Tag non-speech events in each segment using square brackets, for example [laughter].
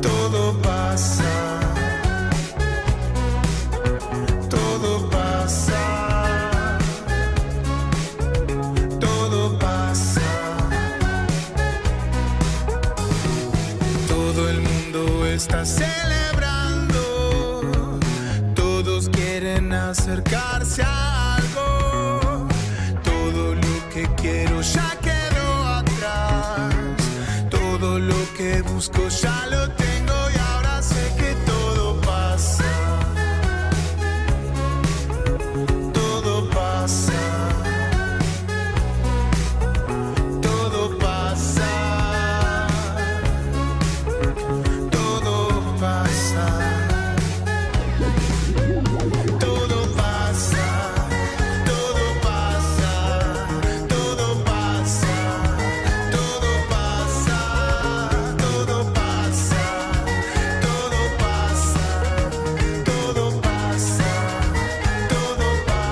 Todo pasa. Todo pasa. Todo pasa. Todo el mundo está celebrando. Todos quieren acercarse a algo. Todo lo que quiero ya quedó atrás. Todo lo que busco ya lo tengo y ahora sé que todo pasa. Todo pasa. Todo pasa. Todo pasa. Todo pasa. Todo pasa. Todo pasa. Todo pasa, todo pasa, todo pasa, todo pasa, todo pasa.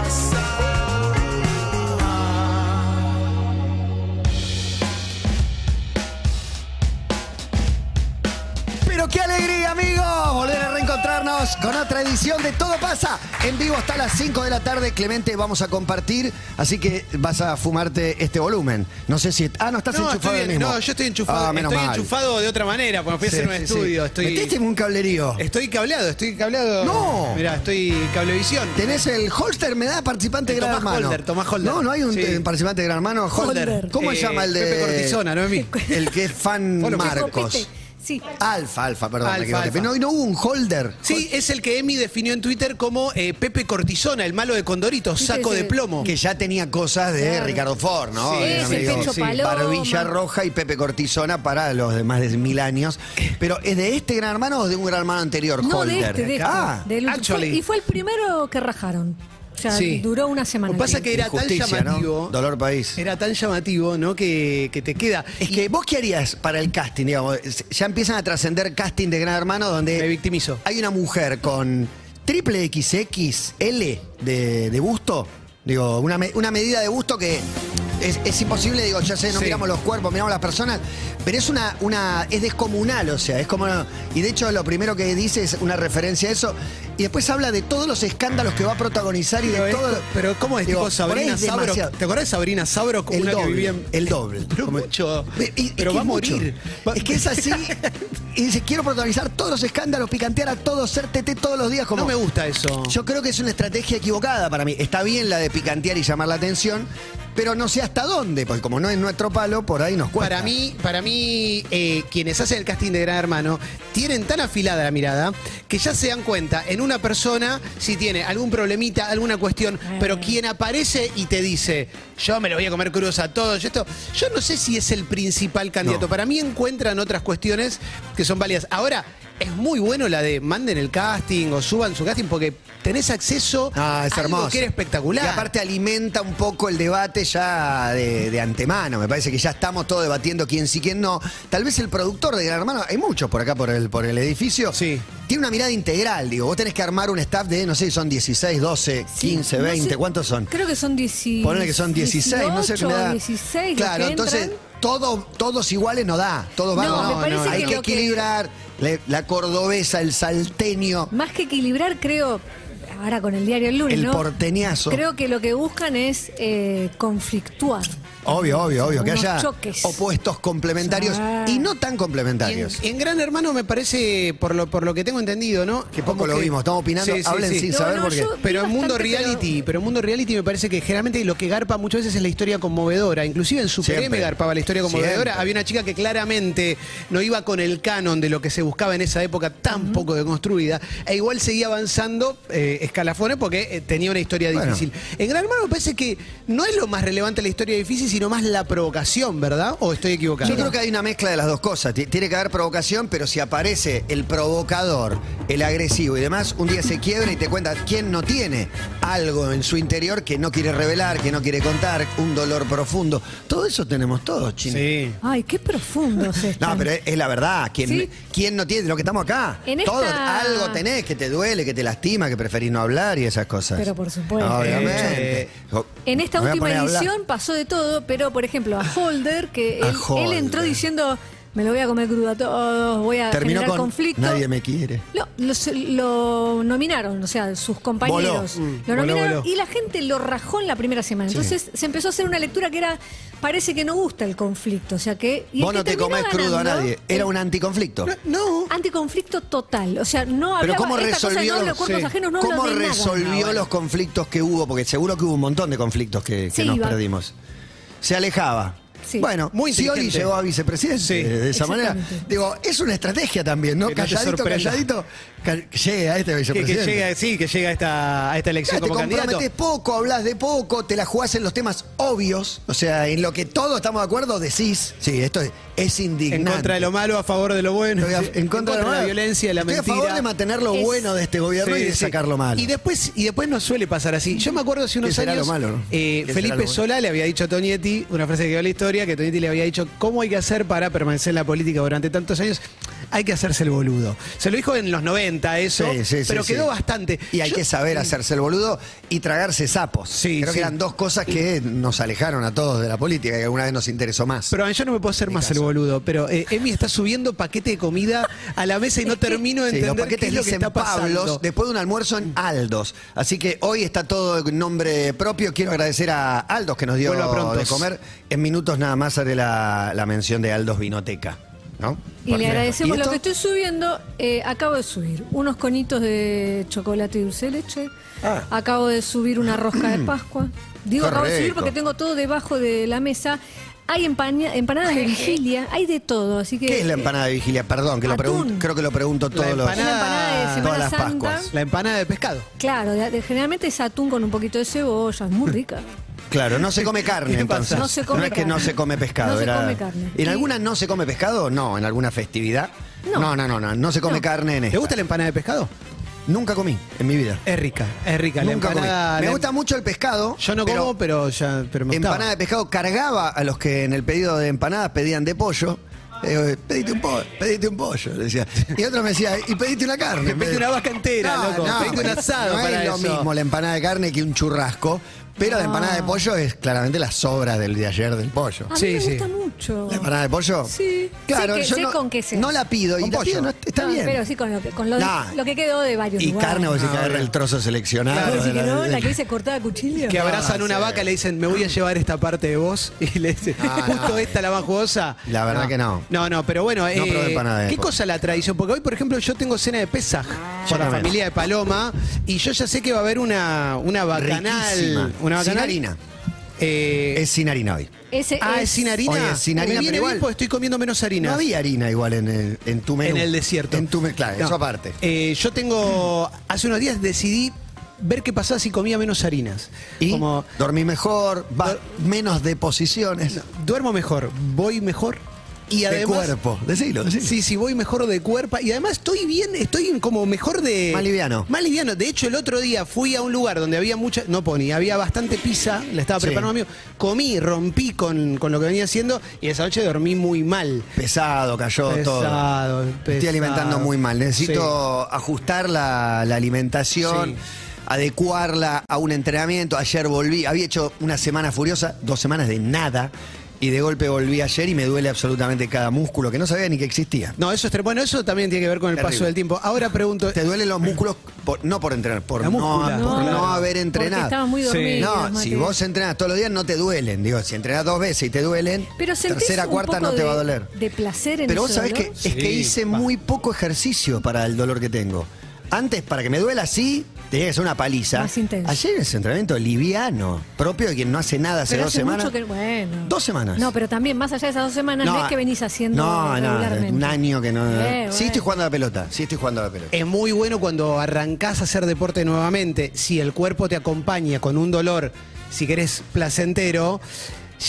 Pero qué alegría, amigos, volver a reencontrarnos con otra edición de Todo pasa. En vivo hasta las 5 de la tarde, Clemente, vamos a compartir, así que vas a fumarte este volumen. No sé si... Ah, no, estás No, enchufado estoy bien, mismo. no, yo estoy enchufado. Ah, menos estoy mal. enchufado de otra manera, porque fui a Sí, hacer un sí, sí. estudio. Estoy, Metiste en un cablerío. estoy cableado, estoy cableado. No. Mirá, estoy cablevisión. Tenés el Holster, me da participante El Gran Tomás Hermano. Holder, Tomás Holder. No, no hay un Sí. eh, participante de Gran Hermano. Holder. Holder. ¿Cómo Eh, se llama el de...? Pepe Cortisona, no es [laughs] mí. El que es fan Bueno, Pepe. Marcos. Copete. Sí. Alfa, Alfa, perdón, Alfa, me equivoqué. Alfa. No, y no hubo un Holder. Sí, es el que Emi definió en Twitter como eh, Pepe Cortisona, el malo de Condorito, saco sí. de plomo. Que ya tenía cosas de Claro. Ricardo Ford, ¿no? Sí, Bien, ese amigo. Pecho Paloma. Barbilla Roja y Pepe Cortisona para los de más de mil años. Pero ¿es de este gran hermano o de un gran hermano anterior, No, de Holder? este, de este. Ah, Del último. actually. Fue- y fue el primero que rajaron. O sea, Sí. duró una semana. Lo que pasa el que era tan Injusticia, ¿no? llamativo. Dolor país. Era tan llamativo, ¿no? Que, que te queda. Es que vos qué harías para el casting, digamos, Es- ya empiezan a trascender casting de Gran Hermano donde Me victimizo. hay una mujer con triple XXL de, de busto, digo, una, me- una medida de busto que es, es imposible, digo, ya sé, no Sí. miramos los cuerpos, miramos las personas, pero es una, una, es descomunal, o sea, es como, y de hecho lo primero que dice es una referencia a eso, y después habla de todos los escándalos que va a protagonizar y Pero, de es- [laughs] todo... lo- pero ¿cómo es digo, tipo por ahí Sabrina es Sabro? ¿Te demasiado. acordás de Sabrina Sabro? Como El una que doble, vivía en- el doble. [laughs] Pero Como- mucho. Ve- y- es pero que va a es mucho. morir. Va- Es que es [laughs] así. Y dice, quiero protagonizar todos los escándalos, picantear a todos, ser TT todos los días. Como, No me gusta eso. Yo creo que es una estrategia equivocada para mí. Está bien la de picantear y llamar la atención, pero no sé hasta dónde, porque como no es nuestro palo, por ahí nos cuesta. Para mí, para mí eh, quienes hacen el casting de Gran Hermano tienen tan afilada la mirada que ya se dan cuenta en una persona si tiene algún problemita, alguna cuestión, pero quien aparece y te dice, yo me lo voy a comer cruz a todos, y esto, yo no sé si es el principal candidato. No. Para mí encuentran otras cuestiones que son válidas. Ahora, es muy bueno la de manden el casting o suban su casting porque tenés acceso Ah, es a algo hermoso. que era espectacular. Y aparte alimenta un poco el debate ya de, de antemano. Me parece que ya estamos todos debatiendo quién sí, quién no. Tal vez el productor de Gran Hermano, hay muchos por acá por el, por el edificio. Sí. Tiene una mirada integral, digo. Vos tenés que armar un staff de, no sé, son 16, 12, Sí, 15, no 20, sé, ¿cuántos son? Creo que son 16. Ponele que son 16, no sé qué me da. 16. los claro, que entonces entran. todo, todos iguales no da. Todo va No, me parece Hay que que lo que- equilibrar le- la cordobesa, el salteño, Más que equilibrar, creo, ahora con el diario el lunes, el ¿no? porteñazo. Creo que lo que buscan es eh, conflictuar. Obvio, obvio, obvio. Que Unos haya choques. opuestos complementarios Ah. y no tan Y en, complementarios. y en Gran Hermano me parece, por lo, por lo que tengo entendido, ¿no? Que poco Como lo vimos, estamos opinando, hablen sin No, saber no, por qué. yo- Pero en mundo Bastante, pero- reality, pero... en mundo reality me parece que generalmente lo que garpa muchas veces es la historia conmovedora. Inclusive en Super Siempre. M garpaba la historia conmovedora. Siempre. Había una chica que claramente no iba con el canon de lo que se buscaba en esa época tan poco deconstruida. E igual seguía avanzando eh, escalafones porque eh, tenía una historia Bueno. difícil. En Gran Hermano me parece que no es lo más relevante la historia difícil, sino más la provocación, ¿verdad? ¿O estoy equivocado? Yo creo que hay una mezcla de las dos cosas. Ti- Tiene que haber provocación, pero si aparece el provocador, el agresivo y demás, un día se quiebra y te cuenta quién no tiene algo en su interior que no quiere revelar, que no quiere contar, un dolor profundo. Todo eso tenemos todos, chino. Sí. Ay, qué profundos están. [laughs] No, pero es, es la verdad. ¿Quién, Sí. quién no tiene? Lo que estamos acá. En esta- Todos, algo tenés que te duele, que te lastima, que preferís no hablar y esas cosas. Pero por supuesto. Obviamente. Eh, Jo- En esta Me voy a última poner a hablar. edición pasó de todo, pero por ejemplo a Holder, que A él, él entró Holder. diciendo, me lo voy a comer crudo a todos, voy a Terminó generar con conflicto. nadie me quiere. Lo, lo- se- lo nominaron, o sea, sus compañeros Voló. Mm, lo voló, nominaron voló. y la gente lo rajó en la primera semana. Sí. Entonces se empezó a hacer una lectura que era, parece que no gusta el conflicto, o sea que... y el Vos que no te terminó comés crudo a ganando- nadie. Era un anticonflicto. No. Anticonflicto total, o sea, no Pero hablaba ¿cómo esta cosa de resolvió, no hablo de cuerpos sí. ajenos, no hablo ¿cómo de nada. resolvió los conflictos que hubo? Porque seguro que hubo un montón de conflictos que, que Se nos iba. perdimos. Se alejaba. Sí. Bueno, Muy si hoy inteligente. llegó a vicepresidente Sí. de esa manera. Exactamente. Digo, es una estrategia también, ¿no? Que no te calladito, sorprenda. calladito, cal- llegue a este Que, que vicepresidente. llega, sí, que llega a esta, a esta elección Claro, te como candidato. comprometes poco, hablas de poco, te la jugás en los temas obvios, o sea, en lo que todos estamos de acuerdo, decís. Sí, esto es, es En indignante. contra de lo malo, a favor de lo bueno. Estoy a- en contra, de la malo. violencia, de la Estoy mentira. a favor de mantener lo Es- bueno de este Sí, gobierno y de sí. sacarlo mal. Y después, y después no suele pasar así. Yo me acuerdo hace unos Mm. ¿Qué será años. lo malo, no? eh, ¿Qué será lo Felipe malo? Solá le había dicho a Tonietti, una frase que va a la historia, que Tonietti le había dicho cómo hay que hacer para permanecer en la política durante tantos años. Hay que hacerse el boludo. Se lo dijo en los 90 eso, Sí, sí, sí, pero sí. quedó bastante. Y hay Yo- Mm. que saber hacerse el boludo y tragarse sapos. Sí, Creo sí. que eran dos cosas que nos alejaron a todos de la política y que alguna vez nos interesó más. Pero yo no me puedo hacer más el boludo, pero eh, Emi está subiendo paquete de comida a la mesa y no termino de Sí, entender los paquetes qué es lo que dicen está pasando. Pablos después de un almuerzo en Aldos. Así que hoy está todo en nombre propio. Quiero agradecer a Aldos que nos dio Vuelva pronto. de comer. En minutos nada más haré la, la mención de Aldos Vinoteca. ¿no? Y le agradecemos ¿Y lo esto? que estoy subiendo. eh, acabo de subir unos conitos de chocolate y dulce de leche. Ah. Acabo de subir una rosca [clears throat] de Pascua. Digo Qué acabo de subir rico. porque tengo todo debajo de la mesa. Hay empaña- empanadas de vigilia, hay de todo. Así que, ¿Qué es la empanada de vigilia? Perdón, que lo Atún. pregunto, creo que lo pregunto todos los. Ah, Una empanada de todas Semana las Santa. Pascuas. La empanada de pescado. Claro, de- de- generalmente es atún con un poquito de cebolla, es Mm. muy rica. Claro, no se come carne ¿Qué pasa? entonces. No se come es que carne. no se come pescado. No se era- come carne. ¿En Y- alguna no se come pescado? No, en alguna festividad. No. no, no, no, no, no se come No. carne en ¿Te esta. gusta la empanada de pescado? Nunca comí en mi vida. Es rica, es rica. La Nunca comí. empanada- Me la- em- gusta mucho el pescado. Yo no como, pero, ya pero me gustaba. Empanada de pescado cargaba a los que en el pedido de empanadas pedían de pollo. Eh, pedite un pollo, pedite un pollo, le decía. Y otro me decía, y pedite una carne. Pedite Me- una vaca entera, loco. Pedite un asado No para es lo eso. mismo la empanada de carne que un churrasco, pero la empanada de pollo es claramente la sobra del de ayer del pollo. A mí Sí, me sí. gusta mucho. ¿La empanada de pollo? Sí. Claro, Sí, que yo sé no, con qué se no hace. la pido. y Con la pollo. pido, no, está No, bien. Pero sí, con lo que, con lo, Nah. lo que quedó de varios y lugares. carne, vos decís que No, agarra el trozo seleccionado. Vos decís de que la- no, de- la que dice cortada a cuchillo. Que abrazan Ah, una sí. vaca y le dicen, me voy a llevar esta parte de vos. [laughs] Y le dicen, Ah, justo no. esta la más jugosa. La verdad que no. No, no, pero bueno, eh, probé empanada de ¿qué pollo. cosa la tradición? Porque hoy, por ejemplo, yo tengo cena de Pesaj con la también. familia de Paloma y yo ya sé que va a haber una, una bacanal. Riquísima. Una Sin bacanal. harina. Eh, Es sin harina hoy. Ese ah, es es- sin harina. Hoy es sin harina, Me viene pero bien igual- porque estoy comiendo menos harina. No había harina igual en, el- en tu menú. En el desierto. En tu menú, claro, No. eso aparte. Eh, yo tengo. Hace unos días decidí ver qué pasaba si comía menos harinas. Y Como. dormí mejor, va- menos deposiciones Duermo mejor, voy mejor. Y de además. cuerpo. Decilo, decilo. Sí, sí, voy mejor de cuerpo. Y además estoy bien, estoy como mejor de. Más liviano. Más liviano. De hecho, el otro día fui a un lugar donde había mucha. No ponía, había bastante pizza. La estaba Sí. preparando un amigo. Comí, rompí con, con lo que venía haciendo. Y esa noche dormí muy mal. Pesado, cayó todo. Pesado, Me Estoy pesado. alimentando muy mal. Necesito ajustar la, la alimentación, Sí. adecuarla a un entrenamiento. Ayer volví, había hecho una semana furiosa, dos semanas de nada. Y de golpe volví ayer y me duele absolutamente cada músculo, que no sabía ni que existía. No, eso es ter- bueno, eso también tiene que ver con el paso Terrible. del tiempo. Ahora pregunto, Te duelen los músculos, por- no por entrenar, por, no, La múscula. por No, no haber Porque entrenado. estaba muy Sí. dormido. No, Mati. si vos entrenás todos los días no te duelen. Digo, si entrenás dos veces y te duelen, Pero sentís tercera, un cuarta poco no te va a de- doler. de placer en Pero vos ese sabés que dolor. es que Sí, hice pa. muy poco ejercicio para el dolor que tengo. Antes, para que me duela así, tenía que hacer una paliza. Más intenso. Ayer es entrenamiento liviano, propio de quien no hace nada hace Pero dos hace semanas. mucho que- bueno. Dos semanas. No, pero también, más allá de esas dos semanas, no, es que venís haciendo No, regularmente. no, un año que no. Eh, Sí bueno. estoy jugando a la pelota, sí estoy jugando a la pelota. es muy bueno cuando arrancás a hacer deporte nuevamente, si el cuerpo te acompaña con un dolor, si querés placentero,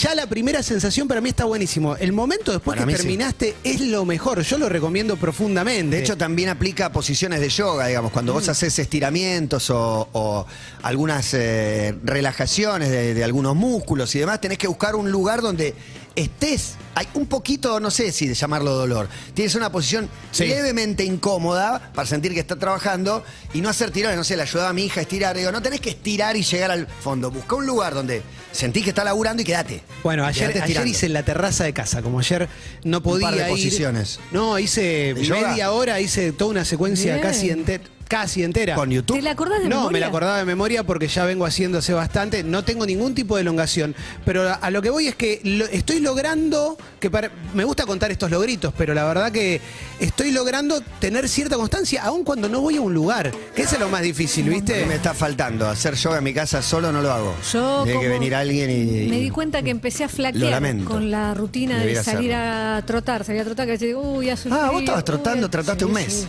ya la primera sensación para mí está buenísimo. El momento después Para que mí sí. terminaste es lo mejor, yo lo recomiendo profundamente. De hecho, también aplica a posiciones de yoga, digamos, cuando Mm. vos haces estiramientos o, o algunas eh, relajaciones de, de algunos músculos y demás, tenés que buscar un lugar donde estés, hay un poquito, no sé si de llamarlo dolor, tienes una posición Sí. levemente incómoda para sentir que estás trabajando y no hacer tirones, no sé, le ayudaba a mi hija a estirar, digo, no tenés que estirar y llegar al fondo, busca un lugar donde sentís que está laburando y quédate. Bueno, ayer, Quedate ayer estirando. hice en la terraza de casa, como ayer no podía par de ir. posiciones. No, hice ¿De yoga? media hora, hice toda una secuencia Bien. casi, enter- casi entera. con YouTube. ¿Te la acordás de no, me la memoria? acordaba de memoria porque ya vengo haciendo hace bastante. No tengo ningún tipo de elongación. Pero a, a lo que voy es que lo- estoy logrando, que para- me gusta contar estos logritos, pero la verdad que estoy logrando tener cierta constancia, aun cuando no voy a un lugar. Que eso es lo más A difícil, mí me ¿viste? está faltando. Hacer yoga en mi casa solo no lo hago. Yo Tiene que como venir alguien y. Me di cuenta que empecé a Lo flaquear lamento. con la rutina de Debería salir a trotar. Salir a trotar, que decía, uy, hace un Ah, vos frío, estabas uy, trotando, hace- trotaste un sí, mes. sí.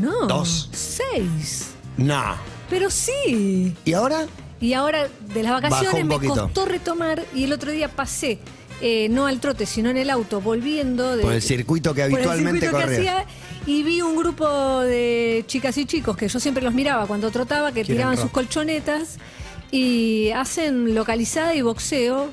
No. Dos. Seis. No. Pero sí. ¿Y ahora? Y ahora de las Bajó vacaciones un me poquito. costó retomar y el otro día pasé, eh, no al trote, sino en el auto, volviendo de, Por el circuito que por el habitualmente circuito que corría. hacía, y vi un grupo de chicas y chicos que yo siempre los miraba cuando trotaba, que Quieren tiraban rock. sus colchonetas y hacen localizada y boxeo.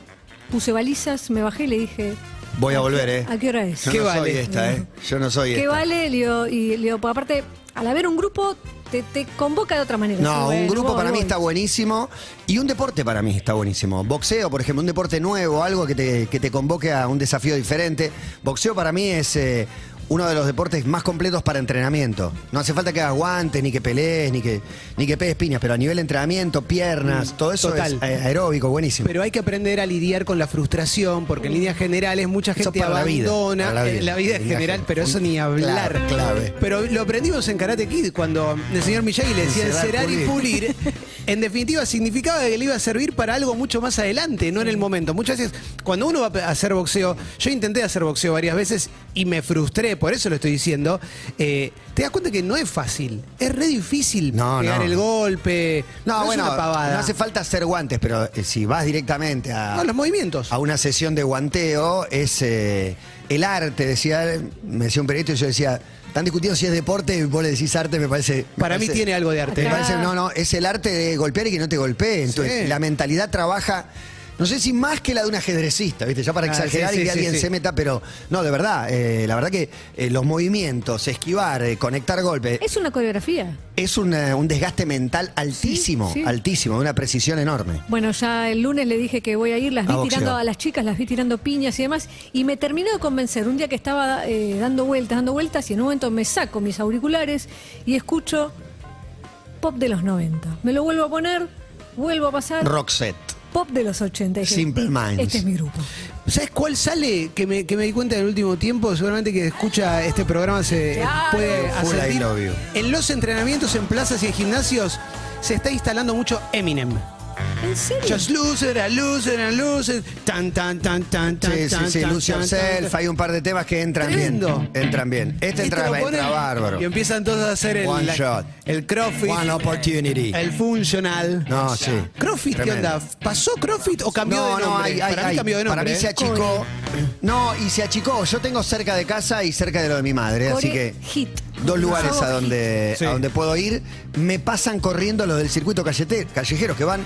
Puse balizas, me bajé y le dije, Voy a volver, ¿eh? ¿a qué hora es? Yo ¿Qué no soy vale? esta, ¿eh? Yo no soy ¿Qué esta. vale? Le digo- y le digo, pues, aparte, al haber un grupo, te, te convoca de otra manera. No, Bueno, un grupo voy, para mí voy. está buenísimo y un deporte para mí está buenísimo. Boxeo, por ejemplo, un deporte nuevo, algo que te, que te convoque a un desafío diferente. Boxeo para mí es eh, uno de los deportes más completos para entrenamiento. No hace falta que hagas guantes, ni que pelees, ni que, ni que pegues piñas, pero a nivel entrenamiento, piernas, Mm, todo eso total. es a- aeróbico, buenísimo. Pero hay que aprender a lidiar con la frustración, porque en líneas generales mucha Eso gente para la vida, abandona eh, para la la vida, vida, en en general, general. pero eso ni hablar. Claro, clave. Pero lo aprendimos en Karate Kid cuando el señor Miyagi le decía Encerar, encerar y pulir. En definitiva, significaba que le iba a servir para algo mucho más adelante, no en el momento. Muchas veces, cuando uno va a hacer boxeo, yo intenté hacer boxeo varias veces y me frustré, por eso lo estoy diciendo. eh, te das cuenta que no es fácil, es re difícil No, pegar no. el golpe. no, es bueno, una pavada. no hace falta hacer guantes, pero eh, si vas directamente a, No, los movimientos. a una sesión de guanteo es eh, el arte, decía, me decía un periodista y yo decía, están discutiendo si es deporte y vos le decís arte, me parece. me Para mí parece- tiene algo de arte. Me Acá- parece, no, no, es el arte de golpear y que no te golpeen. Entonces, Sí. la mentalidad trabaja, no sé si más que la de un ajedrecista, ¿viste? Ya para Ah, exagerar sí, sí, y que sí, alguien sí. se meta, pero no, de verdad, eh, la verdad que eh, los movimientos, esquivar, eh, conectar golpes, es, Es una coreografía. un, eh, un desgaste mental altísimo, sí. altísimo, de una precisión enorme. Bueno, ya el lunes le dije que voy a ir, las vi A boxeo. tirando a las chicas, las vi tirando piñas y demás, y me terminó de convencer. Un día que estaba eh, dando vueltas, dando vueltas, y en un momento me saco mis auriculares y escucho pop de los 90. Me lo vuelvo a poner, vuelvo a pasar Roxette. pop de los 80. Y dije, Simple Minds. Este es mi grupo. ¿Sabes cuál sale? Que me, que me di cuenta en el último tiempo, seguramente que escucha este programa se Claro. puede Full I asentir. love you. En los entrenamientos, en plazas y en gimnasios, se está instalando mucho Eminem. ¿En serio? Just loser, and loser, and loser. Tan, tan, tan, tan, tan. Sí, sí, tan, sí, tan, Lose tan, Yourself, tan, hay un par de temas que entran Tremendo. bien. Entran bien. Este tan. Y te entra, lo entra ponen bárbaro. Y empiezan todos a hacer el, One la- shot. el crossfit, One opportunity. el funcional. No, sí. ¿Crossfit qué Tremendo. onda? ¿Pasó crossfit o cambió No, de nombre? no, hay, hay, para mí hay. cambió de nombre. Para mí se ¿eh? achicó. No, y se achicó. Yo tengo cerca de casa y cerca de lo de mi madre, así Core que hit. dos lugares a Hago donde, Sí. a donde puedo ir. Me pasan corriendo los del circuito callete- callejero que van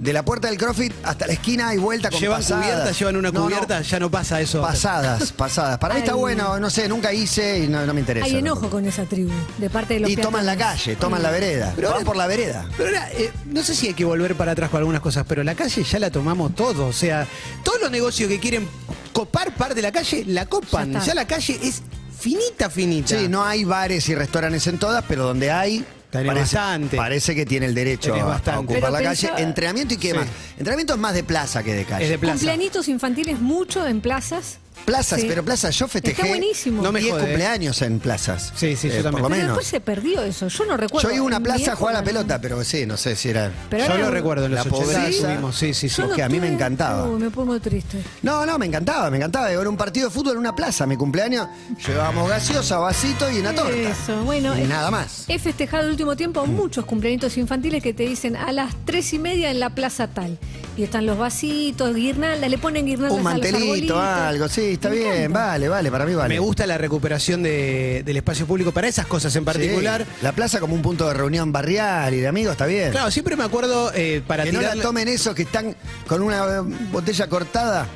de la puerta del CrossFit hasta la esquina y vuelta con Llevan pasadas. cubierta, llevan una No, no, cubierta, ya no pasa eso. Pasadas, pasadas. Para mí está Ay. bueno, no sé, nunca hice y no, no me interesa. Hay enojo tampoco. con esa tribu, de parte de los Y toman la peatones. calle, toman la vereda. Pero van ahora- por la vereda. Pero ahora, eh, no sé si hay que volver para atrás con algunas cosas, pero la calle ya la tomamos todo. O sea, todos los negocios que quieren copar parte de la calle, la copan. Ya Ya, está. la calle es finita, finita. Sí, no hay bares y restaurantes en todas, pero donde hay. Tenés bastante. parece que tiene el derecho Tenés a- a, bastante. ocupar Pero la pensaba- calle. Entrenamiento y qué Sí. más. Entrenamiento es más de plaza que de calle. Es de plaza. Cumpleañitos infantiles mucho en plazas. plazas, Sí. pero plazas yo festejé. Está buenísimo. No me 10 jode. cumpleaños en plazas. eh, Sí, sí, yo también. Por lo Pero menos. después se perdió eso. Yo no recuerdo. yo iba a una Mi plaza a jugar a la época no. pelota, pero sí, no sé si era. Pero Yo ahora- lo recuerdo, en los la 80 pobreza. subimos. Sí, sí, sí. Yo Lo que a mí me tuve- encantaba. Uy, me pongo triste. No, no, me encantaba, me encantaba. Era un partido de fútbol en una plaza. Mi cumpleaños llevábamos gaseosa, vasito y una torta. Eso, bueno. Y eh, nada más. He festejado el último tiempo muchos cumpleaños infantiles que te dicen a las tres y media en la plaza tal. Y están los vasitos, guirnaldas, le ponen guirnaldas Un a los mantelito, arbolitos. algo, sí, sí, está bien, vale, vale, para mí vale. Me gusta la recuperación de- del espacio público para esas cosas en particular. Sí, la plaza como un punto de reunión barrial y de amigos, está bien. Claro, siempre me acuerdo eh, para que no tirar. la tomen esos que están con una eh, botella cortada.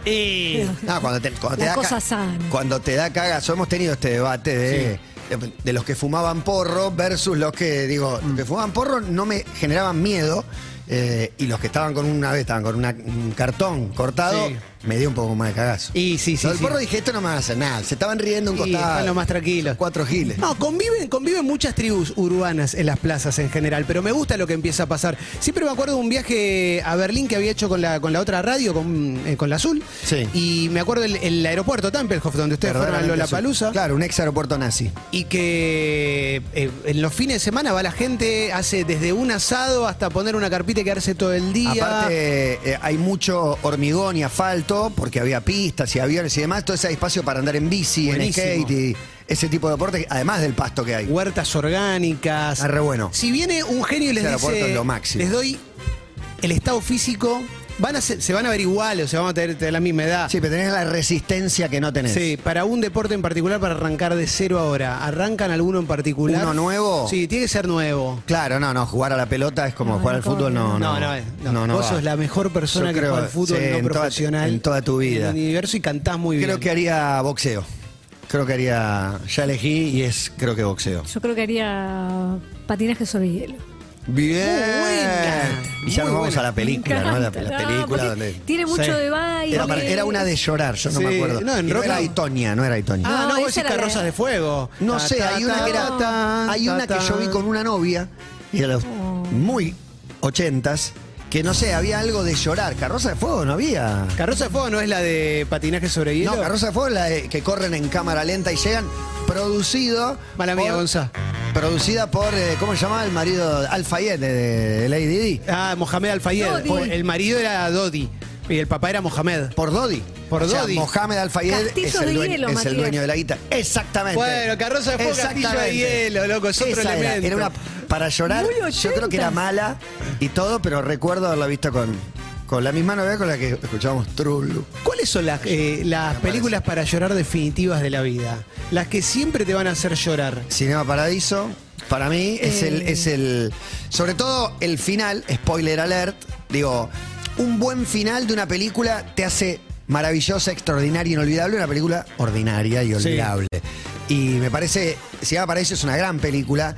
No, cuando te, cuando te La da cosa ca- sana. Cuando te da cagas, hemos tenido este debate de, de- de los que fumaban porro versus los que, digo, los Mm. que fumaban porro no me generaban miedo. eh, y los que estaban con una vez, estaban con una- un cartón cortado, Sí. me dio un poco más de cagazo. Y sí, sí, Lo del sí. porro dije, esto no me va a hacer nada. Se estaban riendo un Sí, costado. están los más tranquilos. Cuatro giles. No, conviven, conviven muchas tribus urbanas en las plazas en general, pero me gusta lo que empieza a pasar. Siempre me acuerdo de un viaje a Berlín que había hecho con la, con la otra radio, con, eh, con la Azul. Sí. Y me acuerdo el, el aeropuerto Tempelhof, donde ustedes fueron a Verdaderamente Lollapalooza. azul. Claro, un ex aeropuerto nazi. Y que eh, en los fines de semana va la gente, hace desde un asado hasta poner una carpita y quedarse todo el día. Aparte, eh, hay mucho hormigón y asfalto, porque había pistas y aviones y demás, entonces hay espacio para andar en bici, Buenísimo. en skate y ese tipo de deportes, además del pasto que hay. huertas orgánicas. Ah, re bueno. Si viene un genio y les Ese aeropuerto dice, es lo máximo. les doy el estado físico, van a ser- se van a ver iguales, o sea, van a tener, tener la misma edad. Sí, pero tenés la resistencia que no tenés. Sí, para un deporte en particular, para arrancar de cero ahora, ¿arrancan alguno en particular? ¿Uno nuevo? Sí, tiene que ser nuevo. Claro, no, no, jugar a la pelota es como No, jugar no, al fútbol, no, no. No, no, eh, no. Vos va. sos la mejor persona Yo que creo- juega al fútbol sí, no en toda- profesional. en toda tu vida. En el universo y cantás muy bien. Creo que haría boxeo. Creo que haría. Ya elegí y es, creo que boxeo. Yo creo que haría patinaje sobre hielo. Bien. buena, Y ya muy nos vamos buena. a la película, Me ¿no? La, encanta. la No, película porque donde. Tiene mucho Sí. de baile. Era, para- era una de llorar, yo no Sí, me acuerdo. no, en Y Rock era no. Itonia, no era Itonia. Ah, No, no, vos esa decís era la- Carrozas de Fuego. No Ta, sé, ta, hay una que era. ta, ta, Hay una que ta, yo vi ta. con una novia, y a los muy ochentas, que no sé, había algo de llorar. Carroza de fuego no había. Carroza de Fuego no es la de patinaje sobre hielo. No, Carroza de fuego es la de- que corren en cámara lenta y llegan. Producido. Mala mía, por- Gonza. Producida por, eh, ¿cómo se llama? El marido Alfayet de, de Lady Di. Ah, Mohamed Al-Fayed. Dodi. Por- El marido era Dodi y el papá era Mohamed. Por Dodi. Por O sea, Dodi. Mohamed Alfayed es, Castillo el de dueño, hielo, es el Matías. dueño de la guita. Exactamente. Bueno, Carroza de Fuego, Castillo de Exactamente. hielo, loco, es otro Esa era, elemento. era una para llorar. Muy Yo creo que era ochentas. mala y todo, pero recuerdo haberla visto con, con la misma novia con la que escuchábamos Trullu. ¿Cuáles son las, eh, las películas para llorar definitivas de la vida? Las que siempre te van a hacer llorar. Cinema Paradiso, para mí es el, Eh. es el. Sobre todo el final, spoiler alert, digo, un buen final de una película te hace maravillosa, extraordinaria, inolvidable, una película ordinaria y olvidable. Y me parece, Cinema Paradiso es una gran película.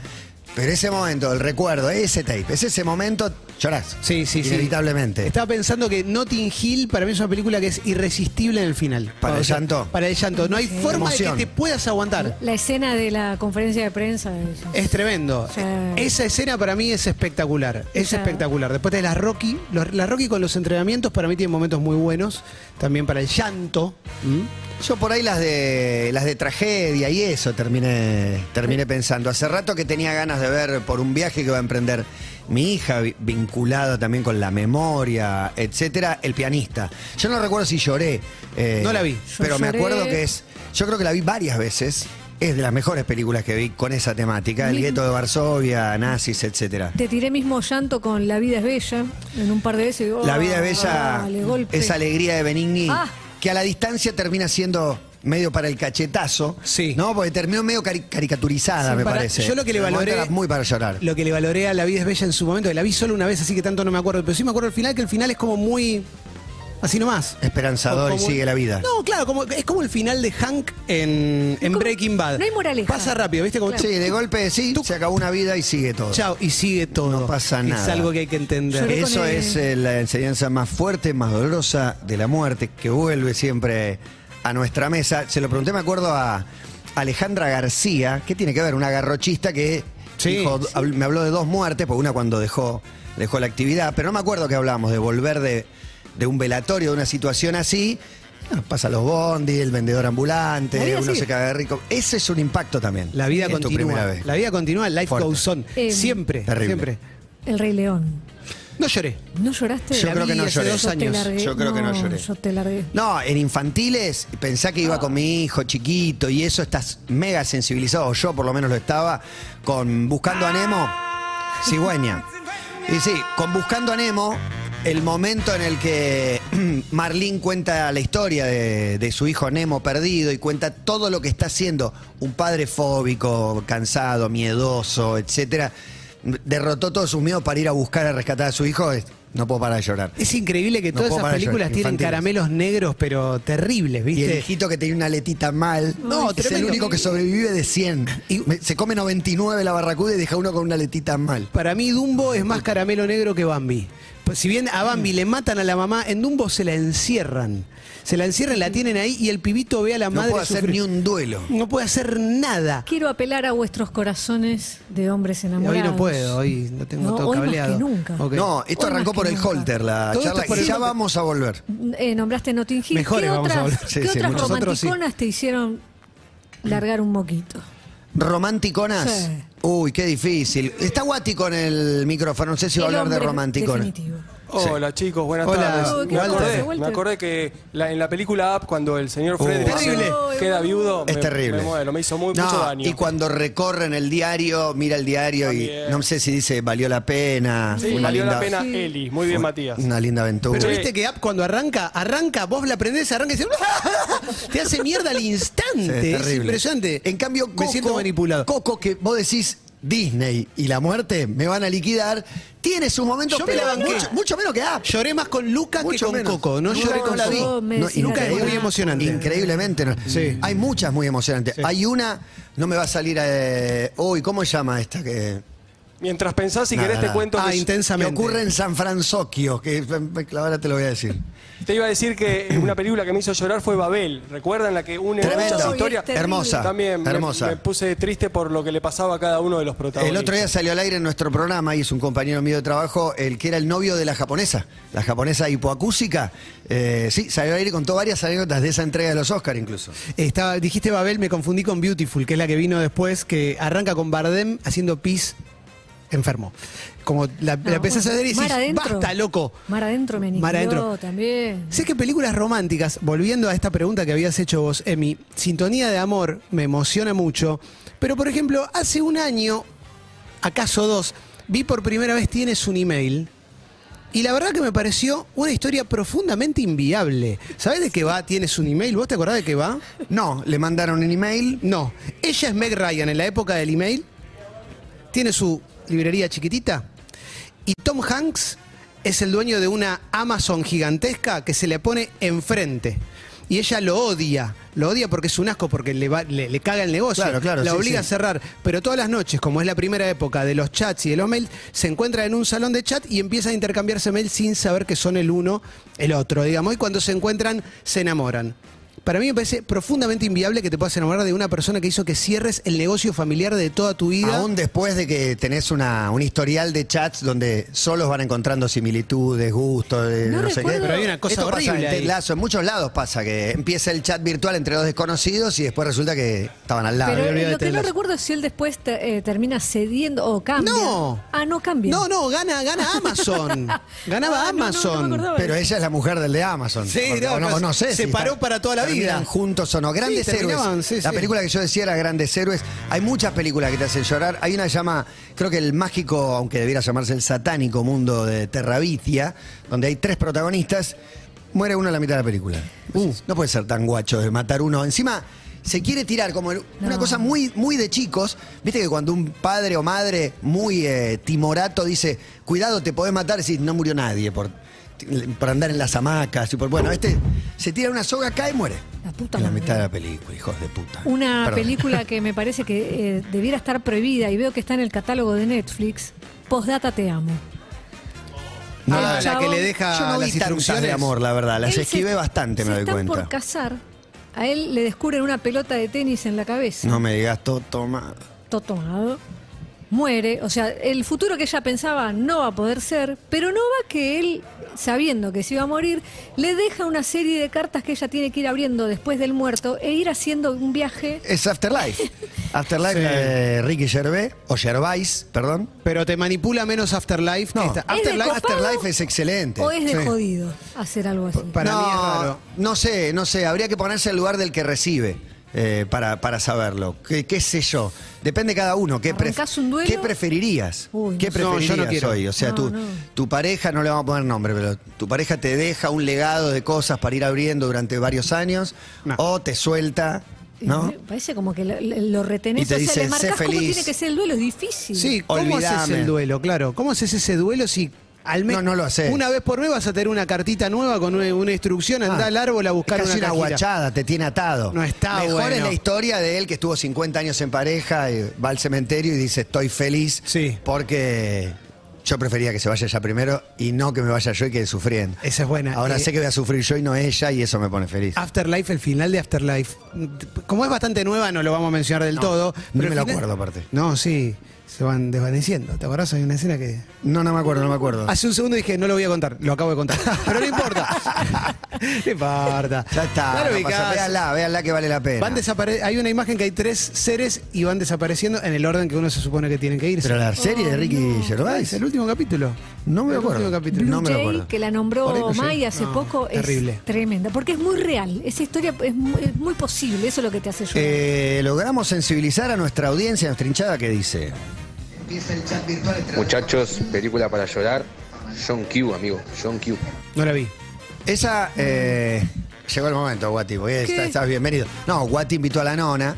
Pero ese momento, el recuerdo, ese tape, es ese momento, llorás. Sí, sí, sí. Inevitablemente. Estaba pensando que Notting Hill para mí es una película que es irresistible en el final. ¿Para el llanto? Para el llanto. No hay forma Emoción. de que te puedas aguantar. La escena de la conferencia de prensa. es- Es tremendo. Sí. Esa escena para mí es espectacular. Es Esa- espectacular. Después de la Rocky, los- la Rocky con los entrenamientos para mí tiene momentos muy buenos. También para el llanto. ¿Mm? Yo por ahí las de las de tragedia y eso terminé, terminé pensando. Hace rato que tenía ganas de ver por un viaje que va a emprender mi hija, vi- vinculada también con la memoria, etcétera, el pianista. Yo no recuerdo si lloré. eh, No la vi. Pero Yo me lloré. acuerdo que es. Yo creo que la vi varias veces. Es de las mejores películas que vi con esa temática, el Bien. gueto de Varsovia, nazis, etcétera. Te tiré mismo llanto con La vida es bella en un par de veces. y digo, La "Oh, vida es bella, dale, golpe". esa alegría de Benigni, Ah. que a la distancia termina siendo medio para el cachetazo. Sí. ¿No? Porque terminó medio cari- caricaturizada, Sí, me para- parece. yo lo que le En el momento valoré- era muy para llorar. Lo que le valoré a La vida es bella en su momento, que la vi solo una vez, así que tanto no me acuerdo. Pero sí me acuerdo al final que el final es como muy. Así nomás. Esperanzador Como- y sigue la vida. No, claro, como, es como el final de Hank en, en como- Breaking Bad. no hay moraleja. Pasa rápido, ¿viste? Como, Sí, de golpe sí, Tú- se acabó una vida y sigue todo. Chao, y sigue todo. No pasa Es nada. algo que hay que entender. Lloré con Eso el- es eh, la enseñanza más fuerte, más dolorosa de la muerte, que vuelve siempre a nuestra mesa. Se lo pregunté, me acuerdo, a Alejandra García, que tiene que ver, una garrochista que Sí, dijo- sí. habl- me habló de dos muertes, porque una cuando dejó, dejó la actividad, pero no me acuerdo que hablábamos de volver de, de un velatorio, de una situación así. Ah, Pasa los bondi, el vendedor La ambulante, vida uno sigue. se caga de rico. Ese es un impacto también. La vida Es tu primera continúa. vez. La vida continúa, life Fuerte. goes on. Eh, siempre, Terrible. siempre. El Rey León. No lloré. ¿No lloraste? Yo La creo que vi no hace lloré. dos te años. largué. Yo creo que no lloré. Yo te largué. No, en infantiles pensá que iba con mi hijo chiquito y eso estás mega sensibilizado, o yo por lo menos lo estaba, con Buscando a Nemo, cigüeña. Y sí, con Buscando a Nemo el momento en el que [clears throat] Marlene cuenta la historia de, de su hijo Nemo perdido y cuenta todo lo que está haciendo un padre fóbico, cansado, miedoso, etcétera, derrotó todos sus miedos para ir a buscar a rescatar a su hijo, es- no puedo parar de llorar. Es increíble que No todas puedo esas parar de películas llorar, tienen infantiles. caramelos negros, pero terribles, Y el ¿viste? hijito que tenía una letita mal. No, es el tremendo. único que sobrevive de 100. Y me- se come 99 la barracuda y deja uno con una letita mal. Para mí Dumbo es más caramelo negro que Bambi. Pues si bien a Bambi le matan a la mamá, en Dumbo se la encierran. Se la encierran, la tienen ahí y el pibito ve a la No madre puedo hacer sufrir. ni un duelo. No puede hacer nada. Quiero apelar a vuestros corazones de hombres enamorados. Hoy no puedo, hoy no tengo No, todo hoy más cableado. que nunca. Ok. No, esto Hoy arrancó más por que el nunca. holter la Todo esto charla es por y el ya holter. vamos a volver. Eh, nombraste Notting Hill. Mejores ¿Qué vamos a otras, hablar. Sí, qué sí, otras muchos. Nosotros sí. romanticonas te hicieron largar un moquito? ¿Romanticonas? Sí. Uy, qué difícil. Está Guati con el micrófono, no sé si va a El hablar de hombre romanticonas. definitivo. Hola chicos, buenas Hola, tardes. Me Walter. acordé, Walter. me acordé que la- en la película Up, cuando el Uh. señor Freddy terrible. queda viudo, Es me, terrible. me muero, me hizo muy, No, mucho daño. Y cuando recorren el diario, mira el diario y También. no sé si dice valió la pena. Sí, una valió linda, la pena Eli, muy bien Matías. Una linda aventura. Pero Sí. viste que app cuando arranca, arranca, vos la prendés, arranca y se... te hace mierda al Sí, instante. es es terrible. impresionante. En cambio, Coco, me siento manipulado. Coco, que vos decís Disney y la muerte me van a liquidar, tiene sus momentos, Yo me pero la banqué. mucho, mucho menos que Up. Lloré más con Lucas que Mucho con menos. Coco, no lloré no con la Coco. vi. me No, decís increíble. la verdad. Muy emocionante. Increíblemente. no. Sí. Hay muchas muy emocionantes. Hay una, no me va a salir. eh, Uy, ¿cómo se llama esta? que Mientras pensás, si Nada, querés, te nada. cuento Ah, que que intensamente. ocurre en San Francisco? Que ahora te lo voy a decir. te iba a decir que una película que me hizo llorar fue Babel. ¿Recuerdan la que une muchas Tremenda. historias? Uy, es terrible. Hermosa. También me, hermosa. me puse triste por lo que le pasaba a cada uno de los protagonistas. El otro día salió al aire en nuestro programa y es un compañero mío de trabajo, el que era el novio de la japonesa, la japonesa hipoacúsica. Eh, sí, salió al aire y contó varias anécdotas de esa entrega de los Oscar incluso. Estaba, dijiste Babel, me confundí con Beautiful, que es la que vino después, que arranca con Bardem haciendo pis enfermo. Como la, la Ah, empezás a bueno. ver y Mar decís, adentro. basta, loco. Mar adentro me Mar adentro. aniquiló también. Sé que películas románticas, volviendo a esta pregunta que habías hecho vos, Emi, Sintonía de Amor me emociona mucho, pero por ejemplo, hace un año, acaso dos, vi por primera vez Tienes un email. Y la verdad que me pareció una historia profundamente inviable. ¿Sabés de qué va? Tienes un email. ¿Vos te acordás de qué va? No, le mandaron un email. No, ella es Meg Ryan en la época del email. Tiene su librería chiquitita. Y Tom Hanks es el dueño de una Amazon gigantesca que se le pone enfrente. Y ella lo odia. Lo odia porque es un asco, porque le, va- le, le caga el negocio. Claro, claro, la sí, obliga sí. a cerrar. Pero todas las noches, como es la primera época de los chats y de los mails, se encuentra en un salón de chat y empiezan a intercambiarse mails sin saber que son el uno el otro, digamos. Y cuando se encuentran, se enamoran. Para mí me parece profundamente inviable que te puedas enamorar de una persona que hizo que cierres el negocio familiar de toda tu vida. Aún después de que tenés una, un historial de chats donde solos van encontrando similitudes, gustos, de- no, No sé qué. recuerdo- Pero hay una cosa Esto pasa horrible en Ted ahí. Lasso, en muchos lados pasa que empieza el chat virtual entre dos desconocidos y después resulta que estaban al lado. me olvidé Pero de lo que Ted no Lasso. recuerdo es si él después te- eh, termina cediendo o cambia. No. Ah, no cambia. No, no, gana, [laughs] gana Amazon. Ganaba Ah, no, no, no me Amazon. acordaba. Pero ella es la mujer del de Amazon. Sí, Porque, no, o no, pero o no sé. se si paró están- para toda la terminan vida. juntos o no. Grandes Sí, héroes. terminaban, sí, la sí. película que yo decía era Grandes héroes. Hay muchas películas que te hacen llorar. Hay una que llama, creo que el mágico, aunque debiera llamarse el satánico mundo de Terravitia, donde hay tres protagonistas. Muere uno a la mitad de la película. Uh. No puede ser tan guacho de matar uno. Encima. Se quiere tirar como el- una No. cosa muy, muy de chicos. Viste que cuando un padre o madre muy eh, timorato dice, cuidado, te podés matar, si no murió nadie por, por andar en las hamacas. Y por, bueno, este se tira una soga, cae y muere. La puta en la madre. mitad de la película, hijos de puta. Una Perdón. película que me parece que eh, debiera estar prohibida y veo que está en el catálogo de Netflix. Postdata te amo. No, Ah, El la que chabón- le deja Yo no las vi tantas instrucciones de amor, la verdad. Las Él se- esquivé bastante, me se doy están cuenta. por casar. A él le descubren una pelota de tenis en la cabeza. No me digas todo tomado. Todo tomado. Muere. O sea, el futuro que ella pensaba no va a poder ser, pero no va que él, sabiendo que se iba a morir, le deja una serie de cartas que ella tiene que ir abriendo después del muerto e ir haciendo un viaje. Es [laughs] Afterlife. Afterlife Sí. la de Ricky Gervais, o Gervais, perdón. Pero te manipula menos Afterlife. que No. esta. ¿Es ¿Es de Afterlife, copado Afterlife es excelente. O es de Sí. jodido hacer algo así. para mí es raro. No sé, no sé. Habría que ponerse en el lugar del que recibe. eh, para, para saberlo? ¿Qué, qué sé yo? Depende de cada uno. ¿Qué, pref- ¿Arrancás un duelo? ¿qué preferirías? Uy, ¿Qué no sé. No, yo preferirías no quiero. hoy? O sea, No, tu, no. tu pareja, no le vamos a poner nombre, pero tu pareja te deja un legado de cosas para ir abriendo durante varios años No. o te suelta, ¿no? Y me Parece como que lo, lo retenés. Y te o sea, dice, le marcás "Sé cómo feliz". tiene que ser el duelo, es difícil. Sí, ¿cómo Olvidame. haces el duelo? Claro, ¿cómo haces ese duelo si al menos No, no lo haces. una vez por mes vas a tener una cartita nueva con una, una instrucción, andá Ah, al árbol a buscar es una, casi una, cajita? guachada, te tiene atado. No está Mejor bueno. es la historia de él que estuvo 50 años en pareja, y va al cementerio y dice estoy feliz Sí. porque yo prefería que se vaya ella primero y no que me vaya yo y que sufriendo. Esa es buena. Ahora Eh, Ah, sé que voy a sufrir yo y no ella y eso me pone feliz. Afterlife, el final de Afterlife. Como es bastante nueva, no lo vamos a mencionar del todo. ni me pero el lo final- acuerdo, aparte. No, sí, se van desvaneciendo. ¿Te acordás? Hay una escena que. No, no me acuerdo, no me acuerdo. Hace un segundo dije, no lo voy a contar, lo acabo de [laughs] contar. Pero no importa. no importa. Ya está, Claro, no pasa- ubicás. véanla, véanla que vale la pena. Van desapare- hay una imagen que hay tres seres y van desapareciendo en el orden que uno se supone que tienen que irse. Pero la serie de Ricky es Gervais, el último capítulo. no me El acuerdo. último capítulo. Blue No me lo Jay, acuerdo. que Por la ahí nombró no sé. May hace No, poco, terrible. es tremenda. Porque es muy real. Esa historia es muy, es muy posible. Eso es lo que te hace llorar. Eh, logramos sensibilizar a nuestra audiencia, a nuestra hinchada que dice. Muchachos, película para llorar. John Q, amigo. John Q. No la vi. Esa eh, llegó el momento, Guati, porque está- estás bienvenido. No, Guati invitó a la nona.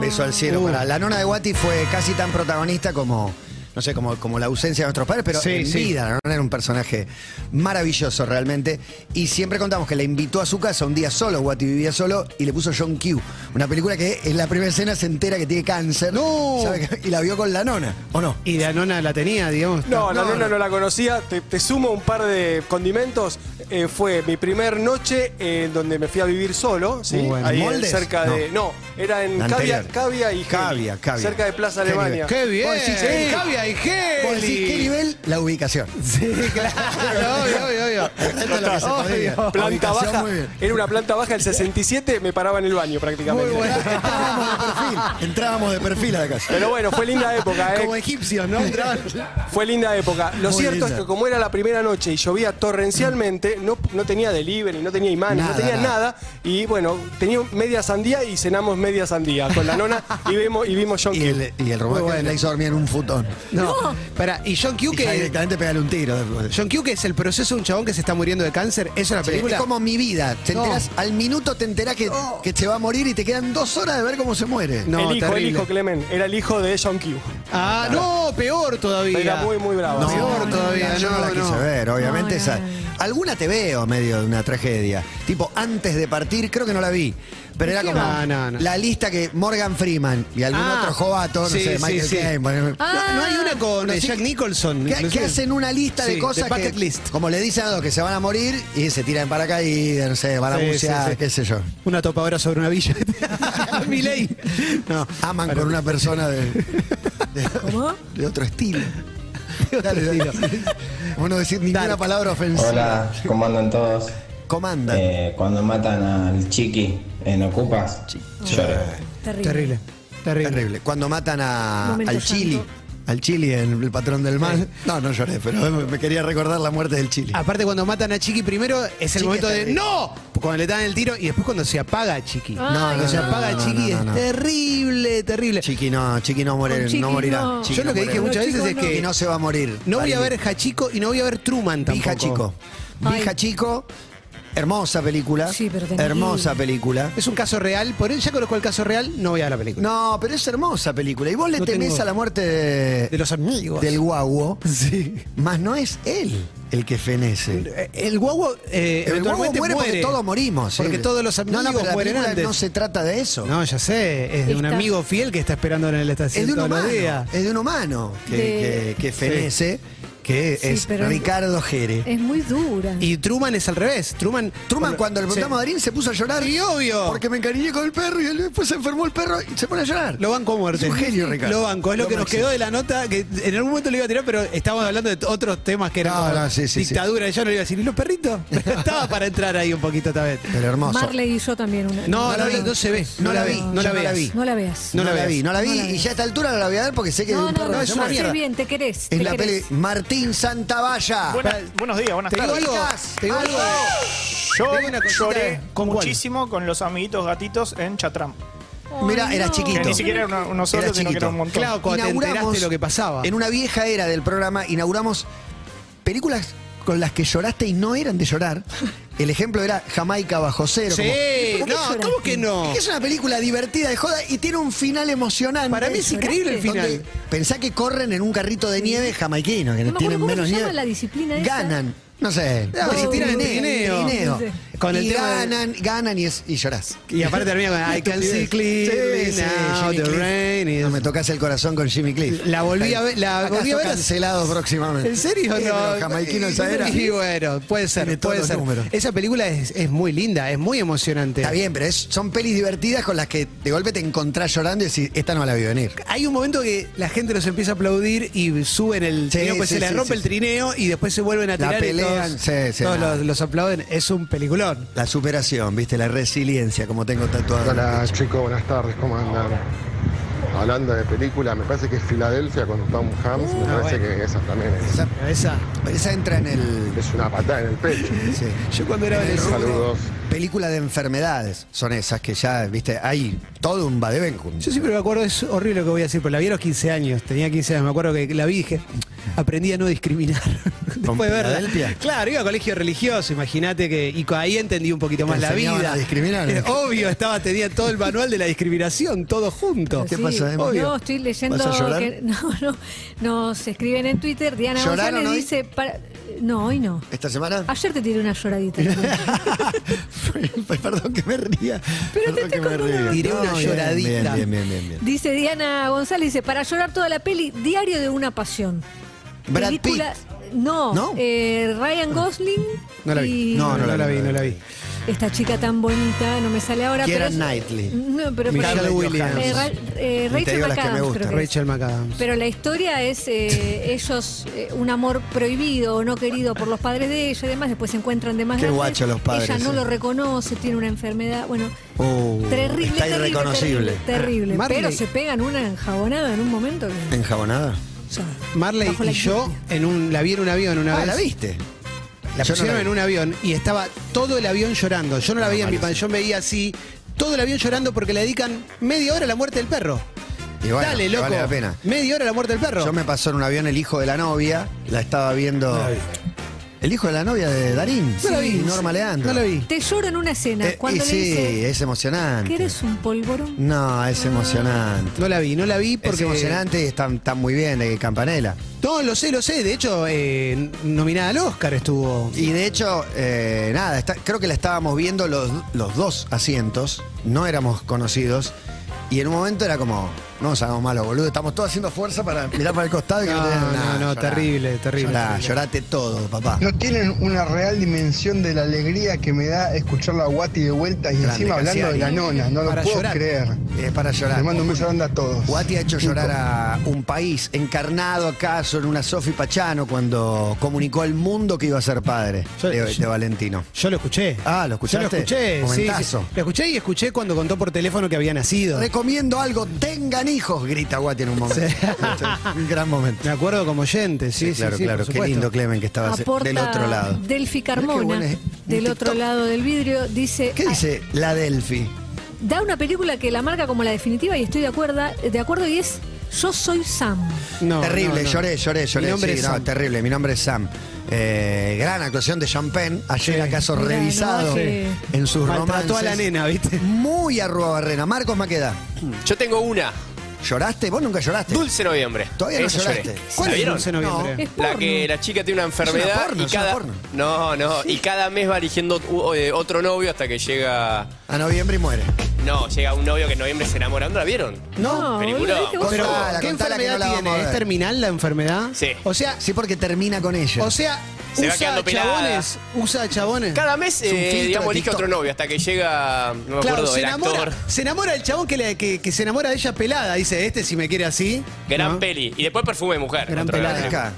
Beso al cielo. Uh. para- La nona de Guati fue casi tan protagonista como, no sé, como, como la ausencia de nuestros padres, pero Sí, en sí. vida. La nona era un personaje maravilloso realmente. Y siempre contamos que la invitó a su casa un día solo, Guati vivía solo, y le puso John Q. Una película que en la primera escena se entera que tiene cáncer. No. ¿sabe qué? Y la vio con la nona, ¿o no? Y la nona la tenía, digamos. No, la No, nona no. no la conocía. Te, te sumo un par de condimentos. Eh, fue mi primer noche eh, donde me fui a vivir solo, ¿sí? Muy bueno. Ahí en- ¿Moldes? cerca de. No, era en La Cavia, anterior. Cavia y Geli, Cavia, Cavia. Cerca de Plaza Qué nivel. Alemania. ¡Qué bien! Vos decís, sí. ¡Cavia y Vos decís, ¿qué Geli! nivel? La ubicación. Sí, claro, obvio, obvio, obio. Esto es lo que se podía. Obvio. Planta Ubicación, baja. muy bien. Era una planta [laughs] baja, el 67, me paraba en el baño prácticamente. Muy bueno. Entrábamos de perfil. Entrábamos de perfil a la casa. Pero bueno, fue linda época, ¿eh? Como egipcios, ¿no? Entraban- Fue linda época. Lo Muy cierto linda. es que como era la primera noche y llovía torrencialmente, no, no tenía delivery, no tenía imanes, Nada, no tenía nada. nada. Y bueno, tenía media sandía y cenamos media sandía con la nona y vimos, y vimos [laughs] John Y Q. el, y el Rubén Muy bueno. la hizo dormir en un futón. No, pará. Y John Q, Y ya que, directamente pegarle un tiro después. John Q, que es el proceso de un chabón que se está muriendo de cáncer, ¿eso es la película? Es como mi vida. Te No. enterás- al minuto te enterás que, que se va a morir y te quedan dos horas de ver cómo se muere. No, el hijo, terrible. el hijo Clemen, era el hijo de John Q. Ah, no, peor todavía. Era muy, muy brava. No, Sí. peor todavía. Yo no, la quise ver, obviamente. No, no, esa- no, Alguna te veo medio de una tragedia. Tipo, antes de partir, creo que no la vi. Pero era qué como va? No, no, no. la lista que Morgan Freeman y algún Ah. otro jovato, no Sí, sé, sí, Michael sí. Ah. Caine, ponele. No, no hay una con Jack Nicholson. Que, inclusive. que hacen una lista Sí, de cosas de bucket que, list. como le dicen a dos, que se van a morir y se tiran en paracaídas, no sé, van a Sí, bucear, sí, sí. qué sé yo. Una topadora sobre una [laughs] villa. Miley. No. Aman con una persona de, de, ¿Cómo? de otro estilo. Dale, dale. Bueno, decir ninguna Dale. palabra ofensiva. Hola, ¿cómo andan todos? Comandan. Eh, cuando matan al chiqui en Ocupas, lloro. Terrible. Terrible. Terrible. Terrible. Cuando matan a, Momento al llanto. Chili. Al Chili en El Patrón del Mal. No, no lloré, pero me, me quería recordar la muerte del Chili. Aparte, cuando matan a Chiqui primero, es el Chiqui momento es de terrible. ¡No! Cuando le dan el tiro y después cuando se apaga a Chiqui. Ah, No, cuando no, se no, apaga a no, Chiqui no, no. es terrible, terrible. Chiqui no, Chiqui no, morir- Con Chiqui no morirá. no. Chiqui Yo lo no que dije morirá. muchas No, veces es chicos, que Chiqui no se va a morir. no voy a Vale. ver Hachico y no voy a ver Truman tampoco. Vija Chico. Ay. Vija Chico, hermosa película. Sí, pero tenés que hermosa ir. película. Es un caso real, por él ya conozco el caso real, no voy a ver la película. No, pero es hermosa película. Y vos le No temés tengo- a la muerte de- De los amigos. del [laughs] guaguo, Sí. más no es él el que fenece. Eh, El guagua El eh, guaguo eventualmente muere, porque todos morimos. Porque ¿eh? todos los amigos no, no, pero la mueren película antes. No se trata de eso. No, ya sé, es de un Está- amigo fiel que está esperando en es el estación de un todos los humano. días. Es de un humano que, De- que- que fenece, que Sí, es pero- Eh. Ricardo Jere. Es muy dura. Y Truman es al revés. Truman, Truman, cuando le preguntamos a Darín, se puso a llorar. Y obvio. Porque me encariñé con el perro y él después se enfermó el perro y se pone a llorar. Lo banco a muerte. Es un genio, Ricardo. Lo banco. Es lo, que nos máximo. quedó de la nota, que en algún momento lo iba a tirar, pero estábamos hablando de otros temas que eran No, como no, sí, sí, dictadura. Y yo no le iba a decir, ¿y los [laughs] perritos? Pero estaba para entrar ahí un poquito también. Pero hermoso. Marley y yo también. Una, No, no, la no, vi. se ve. No la vi, No yo la no la veas. vi. No la veas. No, No la, la veas. vi, no la vi No la y veas. ya a esta altura no la voy a ver porque sé que de No, un no, perro no, que es se una no, muere. mierda. bien, te querés. En te la querés. peli Martín Santavalla. Buenas- buenos días, buenas Te digo tardes. algo. Chicas, Te digo algo. algo. Yo Tengo una cosita- lloré ¿con cuál? muchísimo con los amiguitos gatitos en Chatram. Mira, Ay, eras no. Que chiquito. ni siquiera era uno- uno solo, Era sino que chiquito. era un montón. Claro, cuando te Inauguramos- enteraste lo que pasaba. En una vieja era del programa inauguramos películas con las que lloraste y no eran de llorar. El ejemplo era Jamaica bajo cero. Sí, como- no, ¿Por qué ¿cómo que no? lloraste? Es una película divertida de joda y tiene un final emocionante. Para mí es increíble el Donde final. Pensá que corren en un carrito de nieve jamaiquino, que No me tienen acuerdo cómo menos se llama nieve. la disciplina esa. Ganan. No sé. La disciplina del trineo. Con Con el el y tema de- ganan, ganan y, es- y llorás. Y aparte termina con I can see clearly Sí, sí, now Jimmy the Cliff. rain is- No me tocas el corazón con Jimmy Cliff. La volví a ver- la Acá volví a está ver- cancelado próximamente. ¿En serio? Sí, no. eh, pero jamaiquino esa era. Y bueno, puede Tiene ser, todos puede los ser. números. Esa película es, es muy linda, es muy emocionante. Está bien, pero es- son pelis divertidas con las que de golpe te encontrás llorando y decís, esta no la vi venir. Hay un momento que la gente los empieza a aplaudir y suben el Sí, trineo, pues sí, se les sí, rompe sí, el sí. trineo y después se vuelven a La tirar y pelean, todos, sí, sí, todos nada. los, los aplauden. Es un peliculón. La superación, viste, la resiliencia, como tengo tatuado. Hola chicos, buenas tardes, ¿cómo andan? Hablando de película, me parece que es Filadelfia con Tom Hanks, me Ah, parece bueno. que esa también es, Esa, Esa. esa entra en el. es una patada en el pecho. sí. Yo cuando era En el adolescente- Saludos. Película de enfermedades son esas que ya, viste, hay todo un badebenkum. Yo siempre me acuerdo, es horrible lo que voy a decir, pero la vi a los 15 años, tenía 15 años, me acuerdo que la vi y dije, aprendí a no discriminar. [laughs] ¿Con Después de verla. Filadelfia? Claro, iba a colegio religioso, imagínate que. Y co- ahí entendí un poquito más la enseñaban vida. a discriminar? Eh, [laughs] Obvio, estaba, tenía todo el manual de la discriminación, todo junto. ¿Qué Sí, pasa, Emi? No, estoy leyendo. ¿Vas a llorar? que- [laughs] no, no. Nos escriben en Twitter. Diana ¿Lloraron González hoy? dice. para- no, hoy no. ¿Esta semana? Ayer te tiré una lloradita. [laughs] Perdón que me ría. Pero te Perdón estoy que me contando. ría. Tiré No, una bien, lloradita. Bien, bien, bien. bien. dice Diana González. Dice: Para llorar toda la peli, diario de una pasión. Brad Película- Pitt. No, ¿No? eh, Ryan Gosling. No la vi. y No, no la vi, no la vi. Esta chica tan bonita, no me sale ahora. Keira pero es- Knightley. No, pero Michelle pero- Williams. Eh, Ra- eh, Ni te Rachel digo las que me McAdams, gustan. creo que es. Rachel McAdams. Pero la historia [laughs] es eh, ellos, eh, un amor prohibido o no querido por los padres de ella y demás, después se encuentran de más Qué grandes. guacho los padres, Ella no eh. lo reconoce, tiene una enfermedad, bueno, Oh, Uh, terrible, está terrible, irreconocible. terrible, terrible. Marley. pero se pegan una enjabonada en un momento que ¿Enjabonada? ya, Marley bajo y la yo lluvia. en un, la vi en un avión una Ah, vez. ¿la viste? La Yo no pusieron la vi. en un avión y estaba todo el avión llorando. Yo no Ah, la veía en mi malísimo. pantalla, yo veía así, todo el avión llorando porque le dedican media hora a la muerte del perro. Y bueno, Dale, que loco. vale la pena. Media hora a la muerte del perro. Yo me pasó en un avión el hijo de la novia, la estaba viendo. El hijo de la novia de Darín. No la Sí, vi. Norma Leandro. No la vi. Te lloro en una escena Eh, y cuando le sí, dice es emocionante. que eres un Ah. polvorón. No, es emocionante. No la vi, no la vi Es porque. emocionante y están, están muy bien de Campanella. No, lo sé, lo sé. De hecho, eh, nominada al Oscar estuvo. Y de hecho, eh, nada, está- creo que la estábamos viendo los, los dos asientos, no éramos conocidos, y en un momento era como, no hagamos malo, boludo, estamos todos haciendo fuerza para mirar para el costado y que No, te- no, no, terrible, terrible, Llorá, terrible. llorate todo, papá. No tienen una real dimensión de la alegría que me da escuchar la guati de vuelta y Grande, encima hablando de la Cassiani. nona, no lo Para puedo llorar. creer. Es para llorar. Les mando un beso grande a todos. Guati ha hecho llorar a un país, encarnado acaso en una Sofi Pachano cuando comunicó al mundo que iba a ser padre Yo- de, de Valentino. Yo lo escuché. Ah, ¿lo Yo lo escuchaste? escuché. sí, Sí, Momentazo. Lo escuché y escuché cuando contó por teléfono que había nacido. Recomiendo algo, tengan hijos, grita Guati en un momento. Este, un gran momento. Me acuerdo como oyente, sí, sí, Sí, claro, sí, por claro. Qué supuesto. lindo, Clemen, que estaba Aporta del otro lado. Delphi Mirá qué Carmona, buena es. del Un otro TikTok. lado del vidrio, dice... "Ah, ¿Qué dice la Delphi? da una película que la marca como la definitiva y estoy de acuerdo, de acuerdo y es Yo soy Sam. No, terrible, no, no. lloré, lloré, lloré. Mi nombre sí, es no, Sam. terrible. Mi nombre es Sam. Eh, gran actuación de Champagne, ayer Sí. acaso Mirá, revisado no, sí. en sus Maltrató romances. a la nena, ¿viste? Muy arruga barrena. Marcos Maqueda, Yo tengo una, ¿lloraste? ¿Vos nunca lloraste? noviembre. Todavía no lloraste. ¿Cuál es el 11 de noviembre? No. Es porno. la chica tiene una enfermedad Es una porno, y es una cada- porno. No, no, y cada mes va eligiendo eh, otro novio hasta que llega... A noviembre y muere. No, llega un novio que en noviembre se enamora. ¿No la vieron? No, Película. ¿viste vos? Pero, Contala, ¿qué contala que enfermedad no la vamos a tiene? ver. ¿Es terminal la enfermedad? Sí. O sea, Sí, porque termina con ella. o sea, Se va usa quedando pelada. chabones, usa chabones. Cada mes, Es un eh, filtro de digamos, elige TikTok. otro novio hasta que llega, no me Claro, acuerdo, se el enamora, actor. se enamora el chabón que, le- que- que se enamora de ella pelada. Dice, este si me quiere así. Gran ¿no? peli. Y después Perfume de Mujer. Gran otro pelada. gran Acá.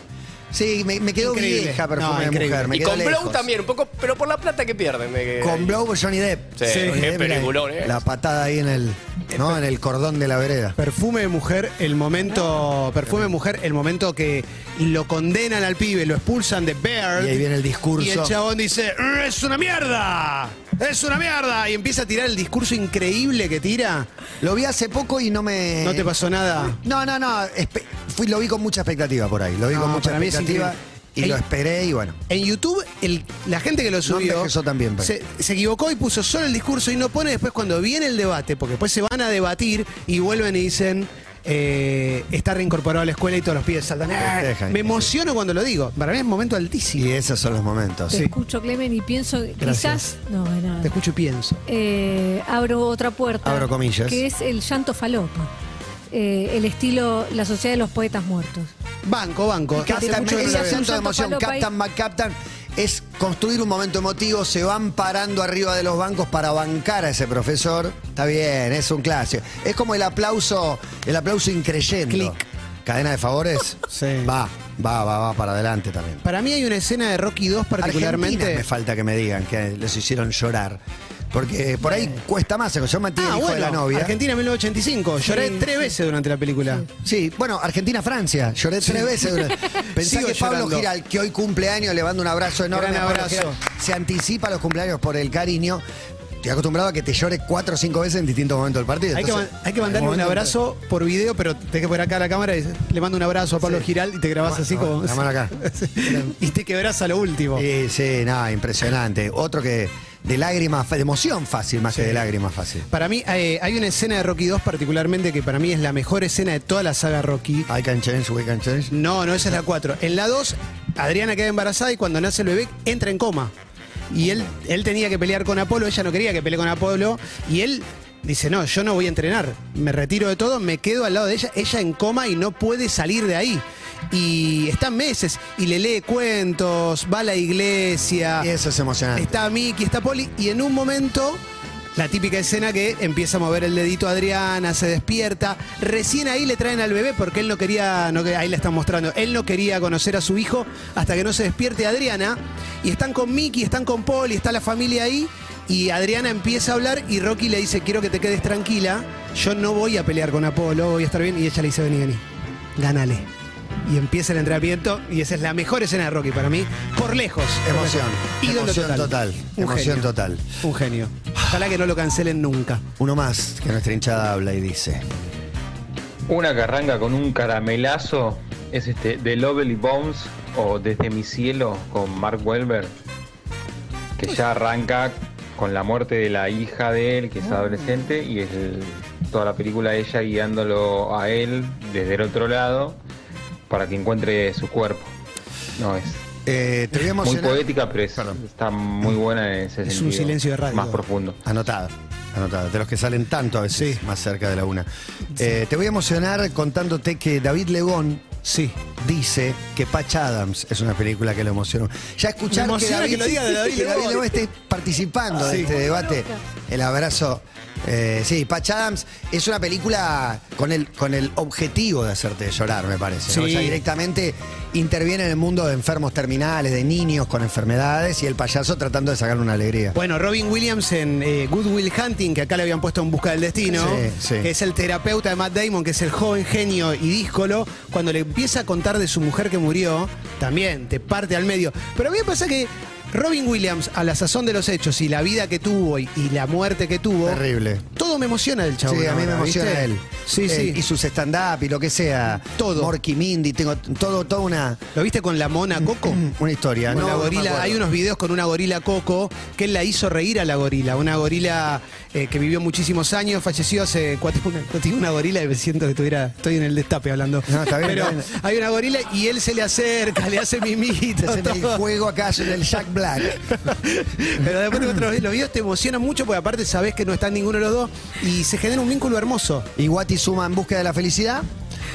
Sí, me, me quedó Increíble. vieja No, perfume de increíble. mujer. Me Y quedó con Blow lejos. también, un poco, pero por la plata que pierden. me quedé ahí. Con Blow Johnny Depp. Sí, qué Johnny Depp, mirá, peliculón, eh. La patada ahí en el, ¿no? en el cordón de la vereda. Perfume de mujer, el momento. Perfume de mujer, el momento que lo condenan al pibe, lo expulsan de Bear. Y ahí viene el discurso. Y el chabón dice: "Mm, ¡Es una mierda! ¡Es una mierda! Y empieza a tirar el discurso increíble que tira. Lo vi hace poco y no me. ¿No te pasó nada? Eh, No, no, no. espe- Fui, lo vi con mucha expectativa por ahí. Lo vi No, con mucha para mí es expectativa. increíble. Y lo Ey. esperé y bueno. En YouTube, el- la gente que lo subió envejezó tan bien, pero. se, se equivocó y puso solo el discurso y no pone después cuando viene el debate, porque después se van a debatir y vuelven y dicen, eh, está reincorporado a la escuela y todos los pies saltan. "Ah". Festejan, Me sí. emociono cuando lo digo, para mí es un momento altísimo. Y esos son los momentos. Te escucho, Clemen, y pienso, Gracias. quizás. No, de nada. Te escucho y pienso. Eh, abro otra puerta. Abro comillas. Que es el llanto falopa. Eh, el estilo La Sociedad de los Poetas Muertos. Banco, banco. Hace Captain, mucho que no ese lo veo. acento acento de emoción, Palopa ahí. Captain McCaptain, es construir un momento emotivo. Se van parando arriba de los bancos para bancar a ese profesor. Está bien, es un clásico. Es como el aplauso, el aplauso increyendo. Clic. Cadena de favores. Sí. Va, va, va, va para adelante también. Para mí hay una escena de Rocky 2 particularmente. Argentina me falta que me digan que los hicieron llorar. Porque por ahí cuesta más. Yo mantiene Ah, el hijo bueno, de la novia. Argentina 1985. Lloré Sí, tres sí. veces durante la película. Sí, bueno, Argentina-Francia. Lloré tres veces. durante- Pensé [laughs] Sigo que Pablo llorando. Giral, que hoy cumpleaños, le mando un abrazo enorme. Gran a Pablo abrazo. Giral. Se anticipa a los cumpleaños por el cariño. Estoy acostumbrado a que te llore cuatro o cinco veces en distintos momentos del partido. Hay que, Entonces, man- hay que en mandarle un algún momento- abrazo por video, pero tenés que poner acá a la cámara y le mando un abrazo a Pablo Giral y te grabás así Bueno, como. la mano [laughs] acá. Eh. y te quebrás a lo último. Sí, sí, nada, impresionante. Otro que de lágrimas, de emoción fácil, más que de lágrimas fácil. Para mí, eh, hay una escena de Rocky 2 particularmente que para mí es la mejor escena de toda la saga Rocky. I can change, we can change. No, no, esa es la 4. En la 2, Adriana queda embarazada y cuando nace el bebé entra en coma. Y él, él tenía que pelear con Apolo, ella no quería que pelee con Apolo. Y él dice, no, yo no voy a entrenar. Me retiro de todo, me quedo al lado de ella, ella en coma y no puede salir de ahí. Y está meses y le lee cuentos, va a la iglesia. Ah, Y eso es emocionante. Está Miki, está Poli, y en un momento, la típica escena que empieza a mover el dedito Adriana, se despierta. Recién ahí le traen al bebé porque él no quería, no que- ahí la están mostrando, él no quería conocer a su hijo hasta que no se despierte Adriana. Y están con Miki, están con Poli, está la familia ahí. Y Adriana empieza a hablar y Rocky le dice, quiero que te quedes tranquila, yo no voy a pelear con Apolo, voy a estar bien. Y ella le dice, vení, vení, ganale. Y empieza el entrenamiento y esa es la mejor escena de Rocky para mí, por lejos. Emoción. Ídolo Emoción total. Un Emoción genio. total. Un genio. Ojalá que no lo cancelen nunca. Uno más que nuestra hinchada habla y dice. Una carranga con un caramelazo es este The Lovely Bones o Desde mi cielo con Mark Welber, que ya arranca con la muerte de la hija de él, que Ah. es adolescente, y es el- toda la película ella guiándolo a él desde el otro lado para que encuentre su cuerpo. No es eh, te voy a muy emocionar. poética, pero es- Perdón. está muy buena en ese Es un sentido, silencio de radio. más profundo. Anotada, anotada. De los que salen tanto a veces, más cerca de la una. Eh, te voy a emocionar contándote que David Legón Sí. dice que Patch Adams es una película que lo emocionó. Ya escuchar Me que emociona David, que lo diga de David que David Lebón. Lebón esté participando de este debate. El abrazo. eh, sí, Patch Adams es una película con el, con el objetivo de hacerte llorar, me parece. ¿no? Sí. O sea, directamente interviene en el mundo de enfermos terminales, de niños con enfermedades y el payaso tratando de sacarle una alegría. Bueno, Robin Williams en eh, Good Will Hunting, que acá le habían puesto en busca del destino, Sí, sí. que es el terapeuta de Matt Damon, que es el joven genio y díscolo, cuando le empieza a contar de su mujer que murió, también te parte al medio. Pero a mí me pasa que Robin Williams, a la sazón de los hechos y la vida que tuvo y, y la muerte que tuvo, Terrible. todo me emociona del chabón. Sí, a mí me ahora, emociona ¿viste? él. Sí, Él sí. Y sus stand-up y lo que sea. Todo. Morky Mindy, tengo todo, toda una, ¿Lo viste con la mona Coco? [clears throat] una historia. [laughs] Con Mm. no, la no me gorila, acuerdo. [laughs] hay unos videos con una gorila Coco que él la hizo reír a la gorila. Una gorila eh, que vivió muchísimos años, falleció hace cuatro. Una, tiene una gorila y me siento que estuviera. Estoy en el destape hablando. No, está bien, Pero está bien. hay una gorila y él se le acerca, le [laughs] hace mimito. Estás en el juego acá en el [laughs] Jack Black. [laughs] Pero después de otros, los videos te emocionan mucho porque aparte sabes que no están ninguno de los dos y se genera un vínculo hermoso. Y Guati suma en búsqueda de la felicidad.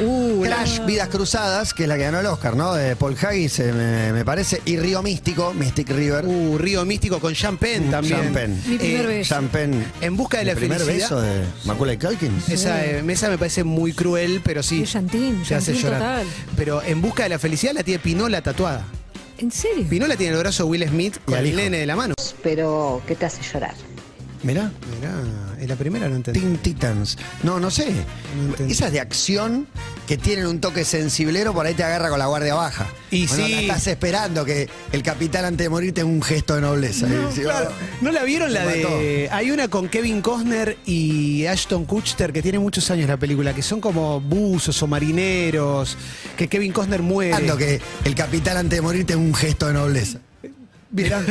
Uh, la- Crash, Vidas Cruzadas, que es la que ganó el Oscar, ¿no? De Paul Haggis, eh, me, me parece. Y Río Místico, Mystic River. Uh, Río Místico con Uh, Champagne también. Eh, Champagne. Mi primer beso. Champagne. En busca de ¿El la primer felicidad. beso de Macaulay Culkin? Esa eh, mesa me parece muy cruel, pero sí. Y Chantín, te hace Chantín llorar. total. Pero en busca de la felicidad la tiene Pinola tatuada. ¿En serio? Pinola tiene el brazo de Will Smith con al el hijo. nene de la mano. pero que te hace llorar. Mirá. Mirá, es la primera, no entendí. Teen Titans. No, no sé. No entendí. Esas de acción que tienen un toque sensiblero, por ahí te agarra con la guardia baja. Y Bueno, sí. la estás esperando que el capitán antes de morir tenga un gesto de nobleza. Y dice, Claro, "Oh". ¿No la vieron la Se de.? Hay una con Kevin Costner y Ashton Kutcher que tiene muchos años la película, que son como buzos o marineros, que Kevin Costner muere. Esperando que el capitán antes de morir tenga un gesto de nobleza. Mirá.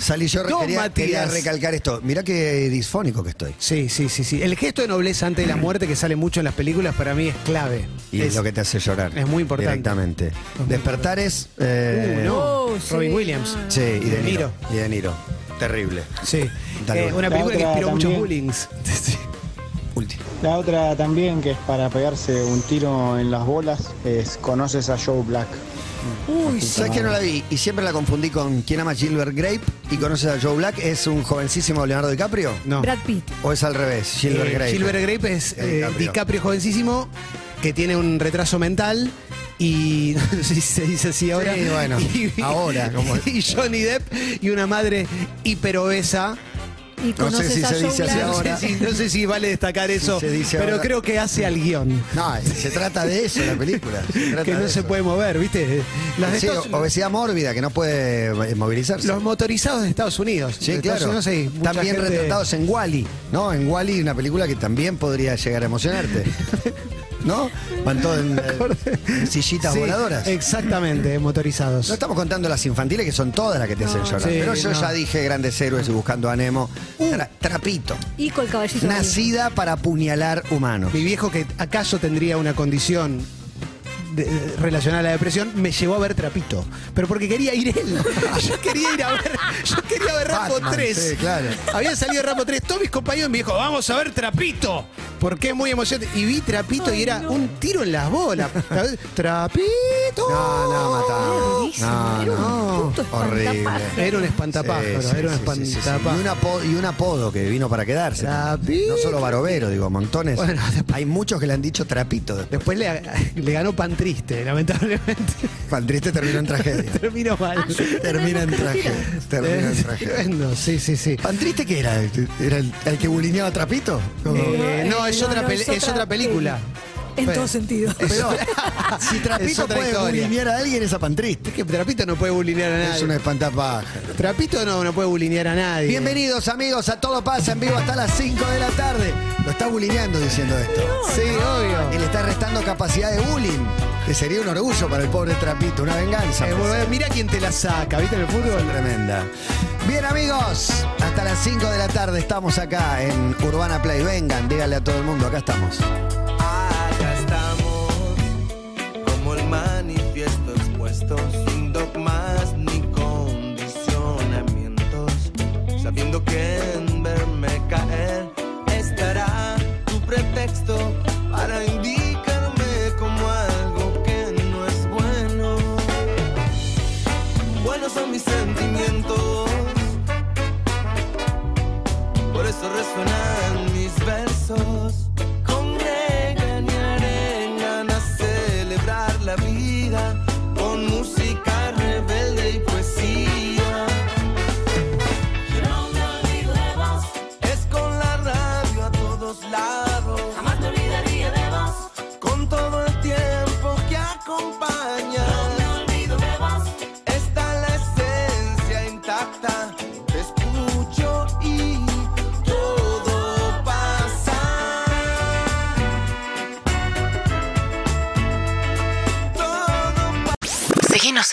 Salí yo, No, quería, quería Matías. recalcar esto. Mirá qué disfónico que estoy. Sí, sí, sí, sí. El gesto de nobleza antes de la muerte que sale mucho en las películas para mí es clave. Y es, lo que te hace llorar. es muy importante. Directamente. muy Despertar es. eh, Uh, no. Oh, Robin sí, Williams. no, no. Sí, y de Niro. De Niro. Y de Niro. Terrible. Sí. Tal Eh, cual. una La película que otra inspiró muchos también. [laughs] bullings. Sí. Último. La otra también, que es para pegarse un tiro en las bolas, es conoces a Joe Black. Uy, sí. ¿Sabes que no la vi? Y siempre la confundí con quien ama Gilbert Grape y conoces a Joe Black. ¿Es un jovencísimo Leonardo DiCaprio? No. Brad Pitt. ¿O es al revés? Gilbert Eh, Grape. Gilbert Grape es Eh, eh, DiCaprio. jovencísimo, que tiene un retraso mental y [laughs] no sé si se dice así ahora. Sí, [laughs] bueno, ahora, como- Y Johnny Depp y una madre hiperobesa. Y No sé conoces si a se Joe dice así Black. ahora. [laughs] No sé si, no sé si vale destacar eso, se dice pero ahora. creo que hace al guión. No, eh, se trata de eso la película. Se trata [laughs] Que de no se eso. puede mover, ¿viste? Las de Sí, Estados- obesidad mórbida, que no puede eh, movilizarse. los motorizados de Estados Unidos. Sí, De Estados claro. Unidos, sí, mucha También gente- retratados en Wally, ¿no? En Wally, una película que también podría llegar a emocionarte. ¿No? Van todos [laughs] en, eh, en sillitas Sí, voladoras. Exactamente, motorizados. No estamos contando las infantiles, que son todas las que te hacen llorar. sí, Pero yo no. Uh. ya dije Grandes Héroes y Buscando a Nemo. Tra- trapito. Y con el caballito. de- Nacida para apuñalar humanos. Mi viejo, que acaso tendría una condición de- de- relacionada a la depresión, me llevó a ver Trapito. Pero porque quería [laughs] ir él. Yo quería ir a ver, yo quería ver Rambo Batman, 3. sí, claro. Había salido Rambo 3. Todos mis compañeros me dijo, vamos a ver Trapito. Porque es muy emocionante. Y vi Trapito y Ay, era no. un tiro en [laughs] las bolas. Trapito. No, no, matá. No, Era un no. puto Horrible. Era un espantapájaros. espantapájaro, Sí, sí, era un sí, sí, sí, sí. espantapájaro. Y, un apo- y un apodo que vino para quedarse. Trapito. No solo Barovero, digo, montones. Bueno, [laughs] después- Hay muchos que le han dicho trapito. después. Después Pues le, le ganó pan triste, lamentablemente. [laughs] Juan Triste terminó en tragedia. Terminó mal. Termina en tragedia. Termina en Eh, tragedia. tremendo, sí, sí, sí. ¿Pan triste qué era? ¿Era el, el que bulineaba a Trapito? Como- Eh, no, es otra peli- es otra película. En Pero- todo sentido. Pero [laughs] si Es Trapito otra puede historia. bulinear a alguien, es a pan triste. Es que Trapito no puede bulinear a nadie. Es una espantapaja. Trapito no, no puede bulinear a nadie. Bienvenidos amigos a Todo Pasa en vivo hasta las 5 de la tarde. Lo está bulineando diciendo esto. Sí, Y obvio. le está restando capacidad de bullying. Que sería un orgullo para el pobre Trapito, una venganza. Eh, bueno, mira quién te la saca, ¿viste en el fútbol? Tremenda. Bien amigos, hasta las 5 de la tarde estamos acá en Urbana Play. Vengan, díganle a todo el mundo, acá estamos. Acá Ah, estamos, como el manifiesto expuesto, sin dogmas ni condicionamientos, sabiendo que en verme caer estará tu pretexto para indicarme como algo que no es bueno. Buenos son mis sentimientos, por eso resuenan mis versos. Con regañar y arena a celebrar la vida con música rebelde y poesía. Yo no me olvido de vos, es con la radio a todos lados. Jamás me olvidaría de vos, con todo el tiempo que acompaña. No me olvido de vos, está la esencia intacta. Te escucho y todo pasa. Seguinos